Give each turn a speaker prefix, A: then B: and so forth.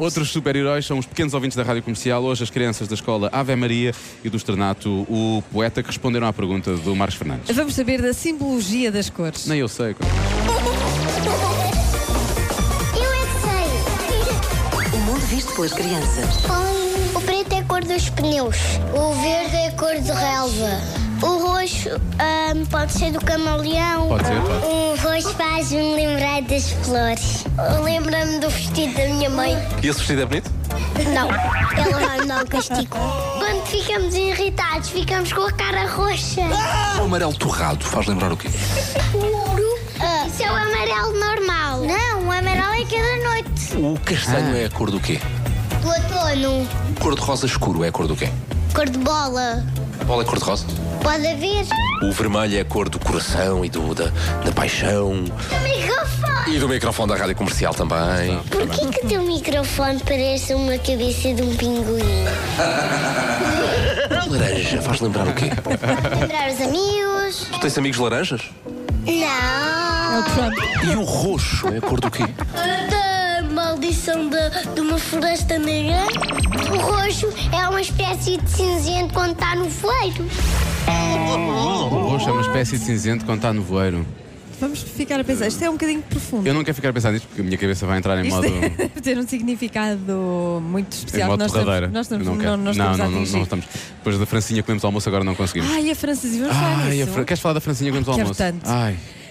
A: Outros super-heróis são os pequenos ouvintes da rádio comercial, hoje as crianças da escola Ave Maria e do externato O Poeta, que responderam à pergunta do Marcos Fernandes.
B: Vamos saber da simbologia das cores.
A: Nem eu sei.
C: Eu é que
D: O mundo visto pelas crianças.
C: sei. O preto é a cor dos pneus. O verde é a cor de relva. O roxo ahm, pode ser do camaleão.
A: Pode ser, pode.
C: O roxo faz-me lembrar das flores. Lembra-me do vestido da minha mãe.
A: E esse vestido é bonito?
C: Não, ela vai me dar um castigo. Quando ficamos irritados, ficamos com a cara roxa.
E: O amarelo torrado faz lembrar o quê?
C: Ouro. Isso é o amarelo normal. Não, o amarelo é cada noite.
E: O castanho é a cor do quê?
C: O outono.
E: Cor de rosa escuro é a cor do quê?
C: Cor de bola.
E: A bola é cor de rosa?
C: Pode haver.
E: O vermelho é a cor do coração e do, da, da paixão.
C: O microfone.
E: E do microfone da rádio comercial também.
C: Porquê que o teu microfone parece uma cabeça de um pinguim?
E: Laranja faz lembrar o quê?
C: Lembrar os amigos?
E: Tu tens amigos laranjas?
C: Não.
E: E o roxo é a cor do quê?
C: Da maldição de, uma floresta negra? O roxo é uma espécie de cinzento quando está no voeiro.
A: O roxo é uma espécie de cinzento quando está no voeiro.
B: Vamos ficar a pensar. Isto é um bocadinho profundo.
A: Eu não quero ficar a pensar nisto porque a minha cabeça vai entrar em
B: Isto
A: modo.
B: deve ter um significado muito
A: Em
B: especial.
A: modo
B: nós
A: torradeira.
B: estamos, nós estamos,
A: Eu
B: não,
A: não, quero.
B: não
A: não,
B: estamos a
A: não, não,
B: atingir.
A: não estamos. Depois da Francinha comemos almoço, agora não conseguimos.
B: Ai, a Francis, vamos falar
A: Ai, a
B: nisso?
A: Fran- Queres falar da Francinha que comemos ao
B: Ah, Quero
A: almoço?
B: tanto.
A: Ai,